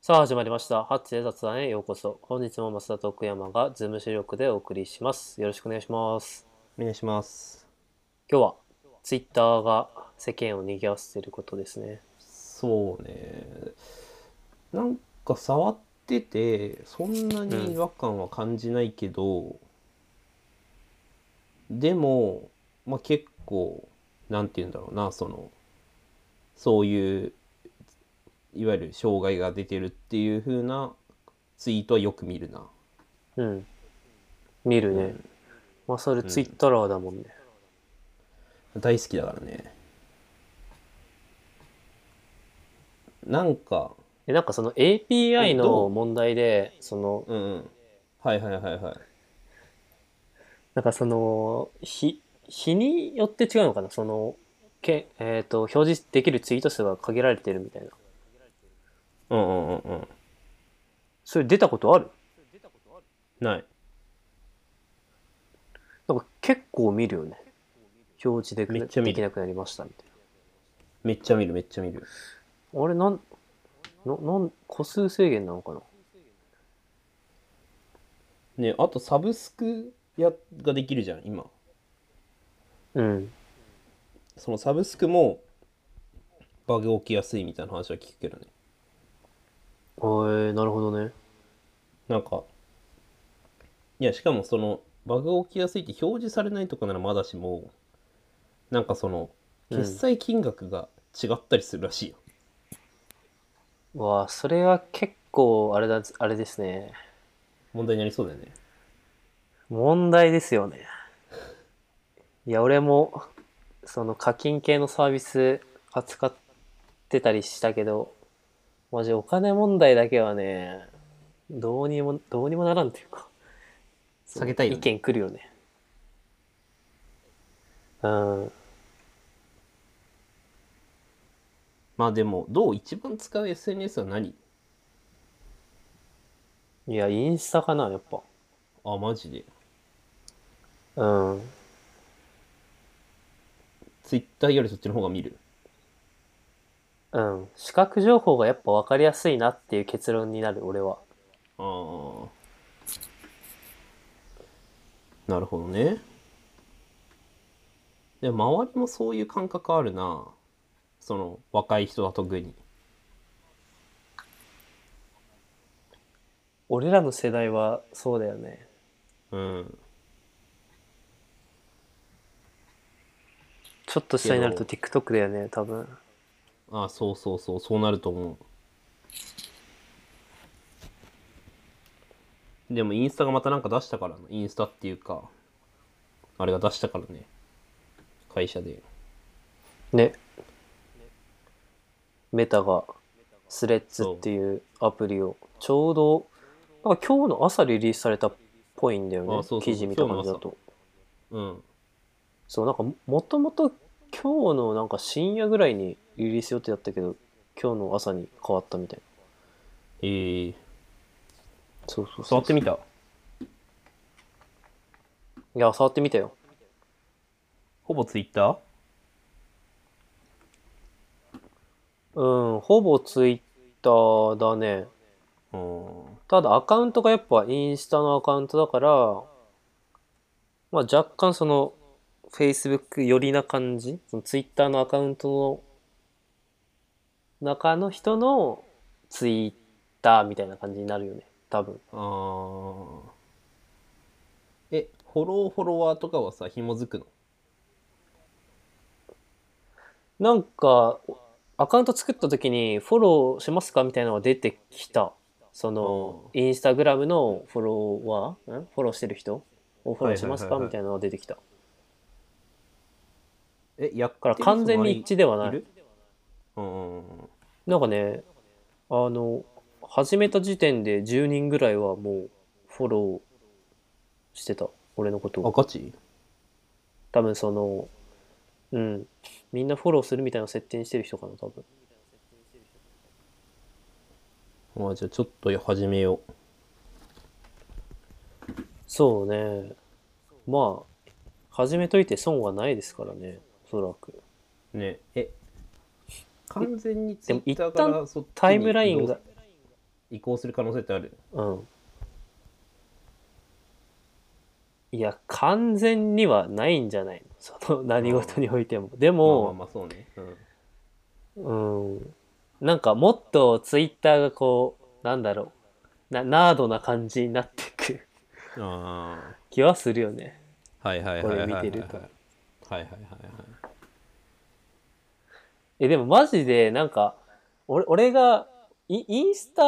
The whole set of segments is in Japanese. さあ始まりました。ハッチで雑談へようこそ。本日も増田と奥山がズーム視力でお送りします。よろしくお願いします。お願いします。今日はツイッターが世間を賑わせていることですね。そうね。なんか触ってて、そんなに違和感は感じないけど、でも、まあ、結構、なんて言うんだろうな、その、そういう、いわゆる障害が出てるっていう風なツイートはよく見るな。うん。見るね。うんまあそれツイッターだもんね。大好きだからね。なんか、え、なんかその API えどのう問題で、その、うんうん。はいはいはいはい。なんかその、日、日によって違うのかなその、け、えっ、と、表示できるツイート数が限られてるみたいな。うんうんうんうん。それ出たことあるない。なんか結構見るよね。表示でめっちゃ見でるきなくなりましたみたいめっちゃ見るめっちゃ見る。な。あれなん、な、なん、個数制限なのかなねあとサブスクやができるじゃん今。うん。そのサブスクもバグ起きやすいみたいな話は聞くけどね。えー、なるほどね。なんかいやしかもそのバグ起きやすいって表示されないとかならまだしもなんかそのうん決済金額が違ったりするらしいよ。うわあ、それは結構、あれだ、あれですね。問題になりそうだよね。問題ですよね。いや、俺も、その課金系のサービス扱ってたりしたけど、マジお金問題だけはね、どうにも、どうにもならんというか、避けたいよね意見来るよね。うん。まあでもどう一番使う SNS は何いや、インスタかな、やっぱ。あマジで。うん。 Twitter よりそっちの方が見る。うん。視覚情報がやっぱ分かりやすいなっていう結論になる、俺は。ああなるほどねで周りもそういう感覚あるなその若い人は特に俺らの世代はそうだよね。うんちょっと下になると TikTok だよね、多分。ああそうそうそうそうなると思うでもインスタがまたなんか出したからなインスタっていうかあれが出したからね会社でね。メタがスレッズっていうアプリをちょうどなんか今日の朝リリースされたっぽいんだよねあそうそう記事見た感じだとうんそうなんかももともと今日のなんか深夜ぐらいにリリース予定だったけど今日の朝に変わったみたいなええそうそうそ触うってみたいや触ってみたよほぼツイッターうんほぼツイッターだねうんただアカウントがやっぱインスタのアカウントだから、まあ若干その Facebook 寄りな感じ、その Twitter のアカウントの中の人のツイッターみたいな感じになるよね、多分。あーえフォローフォロワーとかはさ紐づくのなんかアカウント作った時にフォローしますかみたいなのが出てきた。そのインスタグラムのフォロワー、んフォローしてる人をフォローしますか、はいはいはいはいみたいなのが出てきた。だえやっから完全に一致致ではないい。るうんうんうんなんかね、あの、始めた時点で10人ぐらいはもうフォローしてた。俺のことを。赤ち多分その、うん。みんなフォローするみたいな設定にしてる人かな、多分。あじゃあちょっと始めようそうね。まあ、始めといて損はないですからね、おそらく。ねえ完全にツでイも一ッタ旦ーからそっちにタイムラインが、移行する可能性ってあるうん。いや、完全にはないんじゃないのその何事においても。でまあまあも、まあそうね、うん、うん。なんかもっとツイッターがこう、なんだろう。な、ナードな感じになってくあ気はするよね。あはいはいこはいはれ見ていはいはいはるいとはいはいえ、でもマジで、なんか、俺、俺が、イインスタ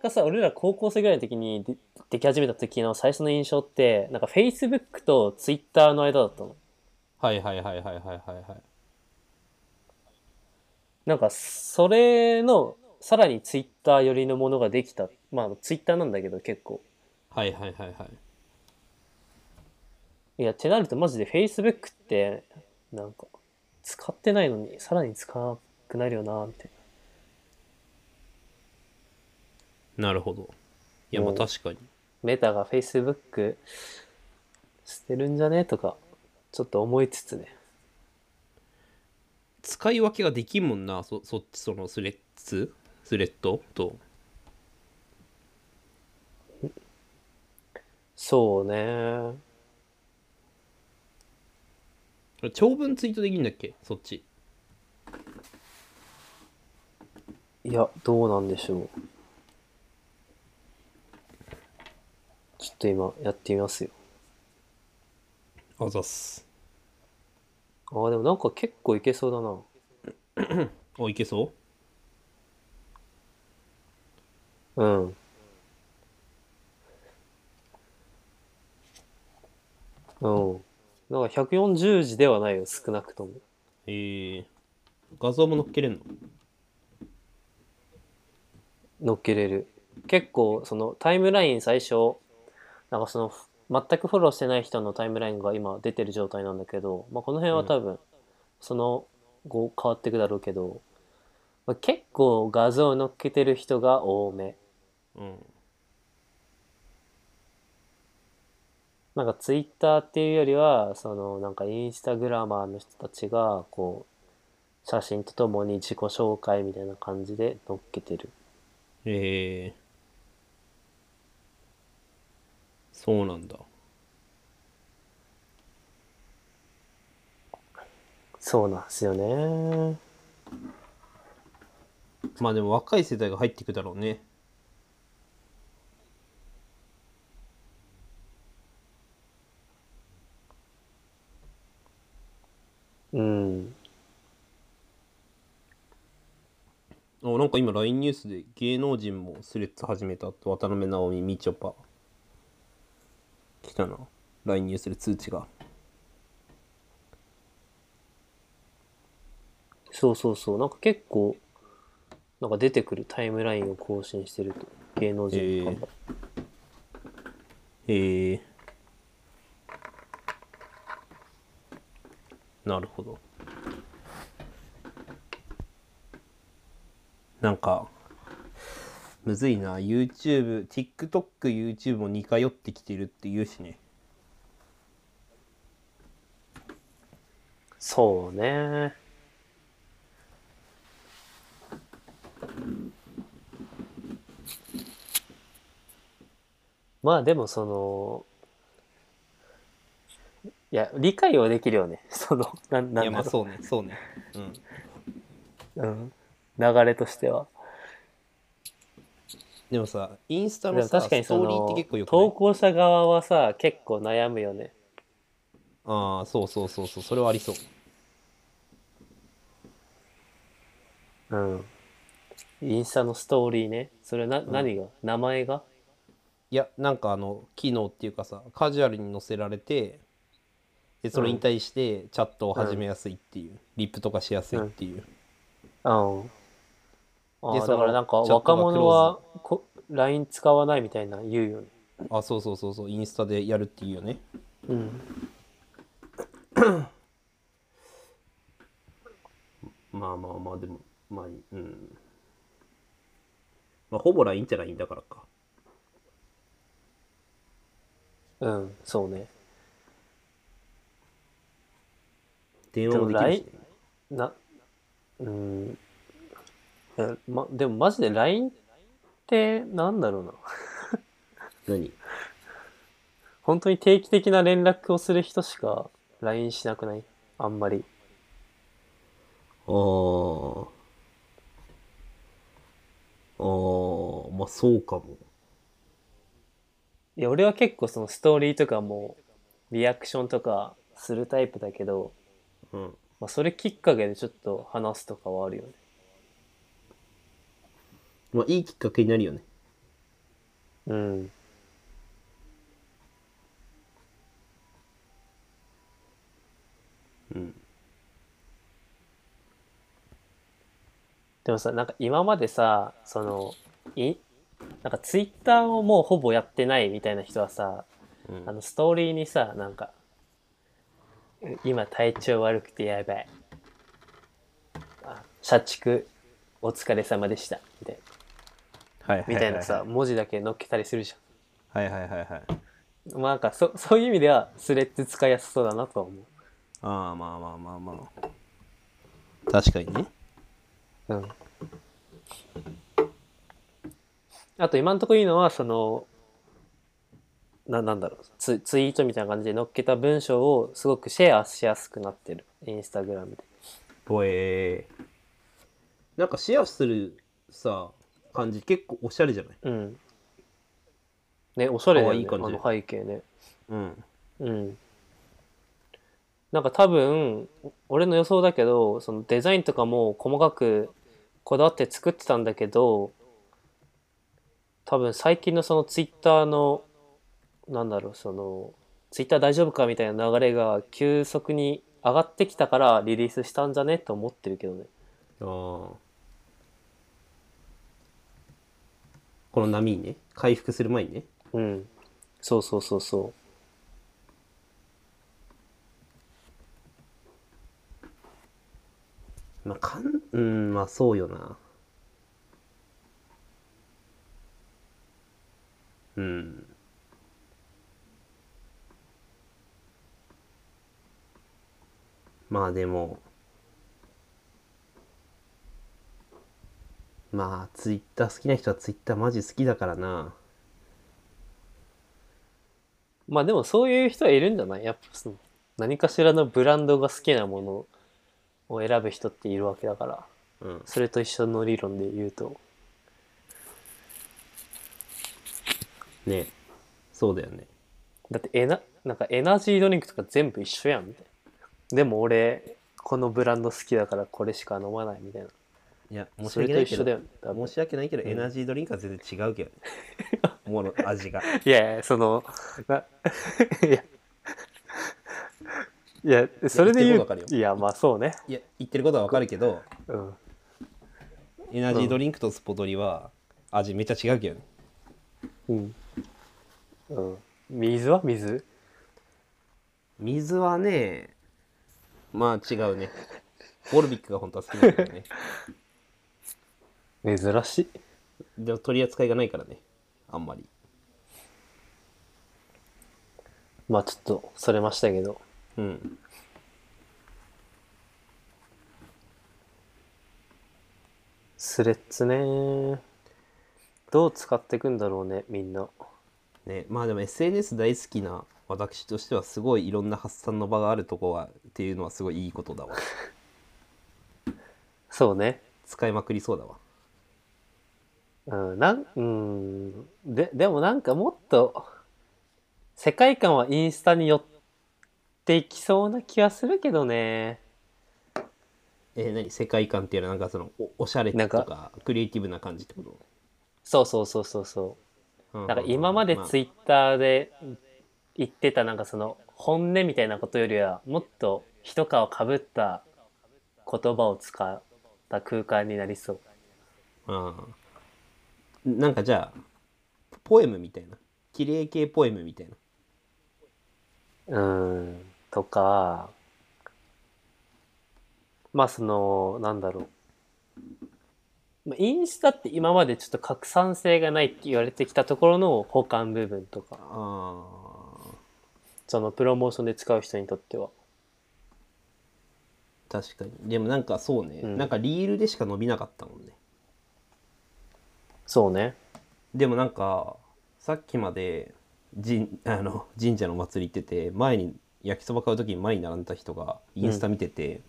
がさ、俺ら高校生ぐらいの時にででき始めた時の最初の印象って、なんか Facebook と Twitter の間だったの。はいはいはいはいはいはいはいなんか、それの、さらに Twitter 寄りのものができた。まあ、Twitter なんだけど結構。はいはいはいはいいや、ってなるとマジで Facebook って、なんか、使ってないのに、さらに使わなくなるよな、みたいなるほどいやまあ確かにな。メタが Facebook 捨てるんじゃねとか、ちょっと思いつつね。使い分けができんもんなそそっちそのスレッズスレッドとそうね。長文ツイートできるんだっけそっちいや、どうなんでしょう。ちょっと今、やってみますよ。あざっすああ、でもなんか結構いけそうだな。おいけそううん。うん。なんか140字ではないよ、少なくとも。えー、画像も載っけれんの乗っけれる。結構、そのタイムライン最初、なんかその、ふ全くフォローしてない人のタイムラインが今出てる状態なんだけど、まあこの辺は多分、その後変わってくだろうけど、まあ、結構画像乗っけてる人が多め。うんなんかツイッターっていうよりは、そのなんかインスタグラマーの人たちが、こう、写真とともに自己紹介みたいな感じで載っけてる。えー、そうなんだそうなんですよね。まあでも若い世代が入っていくだろうねうん。あなんか今 LINE ニュースで芸能人もスレッズ始めたって渡辺直美みちょぱ来たな LINE ニュースで通知がそうそうそう。なんか結構、なんか出てくるタイムラインを更新してると。芸能人とかも。へえなるほどなんかむずいな YouTubeTikTokYouTube も似通ってきてるって言うしねそうね。まあでもその、いや、理解はできるよね。 その、なん、なんだろう。そうねそうねううんん。流れとしては。でもさインスタでのもさ確かにスそトーリーっての結構よ、くな投い稿者側はさ、結構悩むよね。ああそうそうそうそうそれはありそううん。インスタのストーリーね。それな、何が名前がいやなんかあの機能っていうかさカジュアルに載せられてでそれに対してチャットを始めやすいっていう、リップとかしやすいっていう、うん。ああ、でそだのからなんかチャット若がクローズ者はこ LINE 使わないみたいな言うよね。あそうそうそうそうインスタでやるっていうよねうん。まあまあまあでもまあうんまあほぼ LINE じゃ LINE だからかうん、そうね。電話もできるしねな、うん。いやま、でもマジで LINE って、なんだろうな。 何本当に定期的な連絡をする人しか LINE しなくないあんまり。あーあーまあそうかもいや、俺は結構そのストーリーとかも、リアクションとかするタイプだけど、うんまあ、それきっかけでちょっと話すとかはあるよね。まあいいきっかけになるよねうん。うんでもさ、なんか今までさ、その、い、なんかツイッターをもうほぼやってないみたいな人はさ、うんあのストーリーにさ、なんか、今体調悪くてやばい。あ社畜、お疲れ様でした。みたいな。はいみたいなさ、文字だけ載っけたりするじはいはいはいはいゃん。まあなんかそ、そういう意味では、スレッズ使いやすそうだなとは思う。ああまあまあまあまあ確かにねうん。あと今のところいいのは、その、な、なんだろう、ツツイートみたいな感じで載っけた文章をすごくシェアしやすくなってる。インスタグラムで。ほえー、なんかシェアするさ感じ結構おしゃれじゃないうん。ね、おしゃれだよね、可愛い感あの背景じね。うんうん。なんか多分、お俺の予想だけど、そのデザインとかも細かくこだわって作ってたんだけど、多分最近のそのツイッターの、なんだろう、その、ツイッター大丈夫かみたいな流れが急速に上がってきたからリリースしたんじゃねと思ってるけどね。ああこの波にね回復する前にねうん。そうそうそうそう。まあかんうんまあそうよなうんまあでもまあツイッター好きな人はツイッターマジ好きだからなまあでもそういう人はいるんじゃないやっぱその何かしらのブランドが好きなものを選ぶ人っているわけだからうんそれと一緒の理論で言うとねそうだよねだってエナなんかエナジードリンクとか全部一緒やんみたいなでも俺このブランド好きだからこれしか飲まないみたいないやそれと一緒だよね多分申し訳ないけど、んエナジードリンクは全然違 うけどね。もの味が。いやいやそのな いやいやそれで言言うってることわかるよいやまあそうねいや、言ってることはわかるけど、うんエナジードリンクとスポドリは味めっちゃ違うけどね。うん、うん、水は水水はね、まあ違うね。ボルビックが本当は好きなんだよね。珍しいでも取り扱いがないからね。あんまり。まあちょっとそれましたけど。うん。スレッズね。どう使っていくんだろうね、みんな。ね、まあでも SNS 大好きな私としてはすごいいろんな発散の場があるとこはっていうのはすごいいいことだわ。そうね。使いまくりそうだわ。うん、なん、うん。で、でもなんかもっと、世界観はインスタに寄っていきそうな気はするけどね。えー、何世界観っていうのはなんかそのおおしゃれなんとかかクリエイティブな感じってこそうそうそうそうそとう。なんか今までツイッターで言ってたなんかその本音みたいなことよりは、もっと一皮かぶった言葉を使った空間になりそう。あーなんかじゃあポエムみたいな綺麗系ポエムみたいうなーん、とか、まあその、なんだろう。まあインスタって今までちょっと拡散性がないって言われてきたところの補完部分とか、あそのプロモーションで使う人にとっては。ー確かにでもなんかそうね、うんなんかリールでしか伸びなかったもんねそうね。でもなんかさっきまで神あの神社の祭り行ってて前に焼きそば買う時に前に並んだ人がインスタ見てて、うん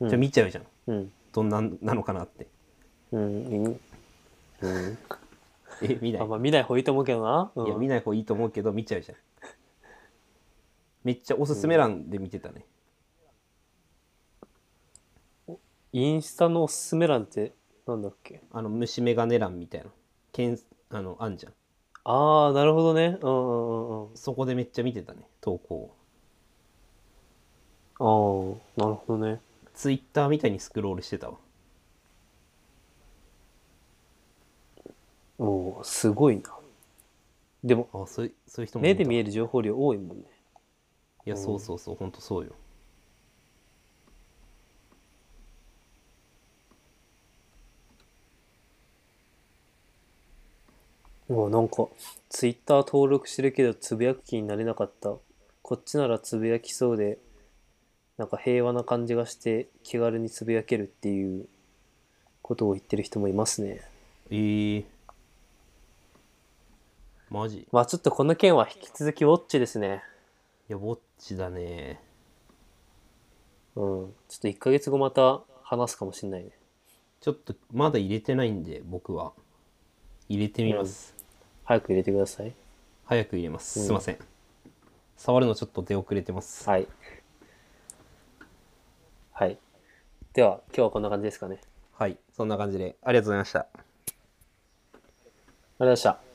じゃあ見ちゃうじゃんうん。どんなんなのかなって うん。うん。うん、え見ないあんま見ない方がいいと思うけどな。うん、いや見ない方がいいと思うけど見ちゃうじゃんめっちゃおすすめ欄で見てたね、インスタのおすすめ欄ってなんだっけあの虫眼鏡欄みたいなけんあのあんじゃんああ、なるほどね。うんうんうんうん。そこでめっちゃ見てたね投稿をああ、なるほどね。ツイッターみたいにスクロールしてたわもう、すごいな。でも、あそういそういう人も目で見えるる情報量多いもんね。いやそうそうそうほんとそうよもうなんか、ツイッター登録してるけど、つぶやく気になれなかった。こっちならつぶやきそうで、なんか平和な感じがして、気軽につぶやけるっていうことを言ってる人もいますね。えー、マジいまあちょっとこの件は引き続きウォッチですね。やぼっちだねうん。ちょっと1ヶ月後また話すかもしんないね。ちょっとまだ入れてないんで僕は入れてみます、早く入れてください。早く入れます、うんすいません触るのちょっと出遅れてますはい。はい。では、今日はこんな感じですかね。はいそんな感じでありがとうございましたありがとうございました。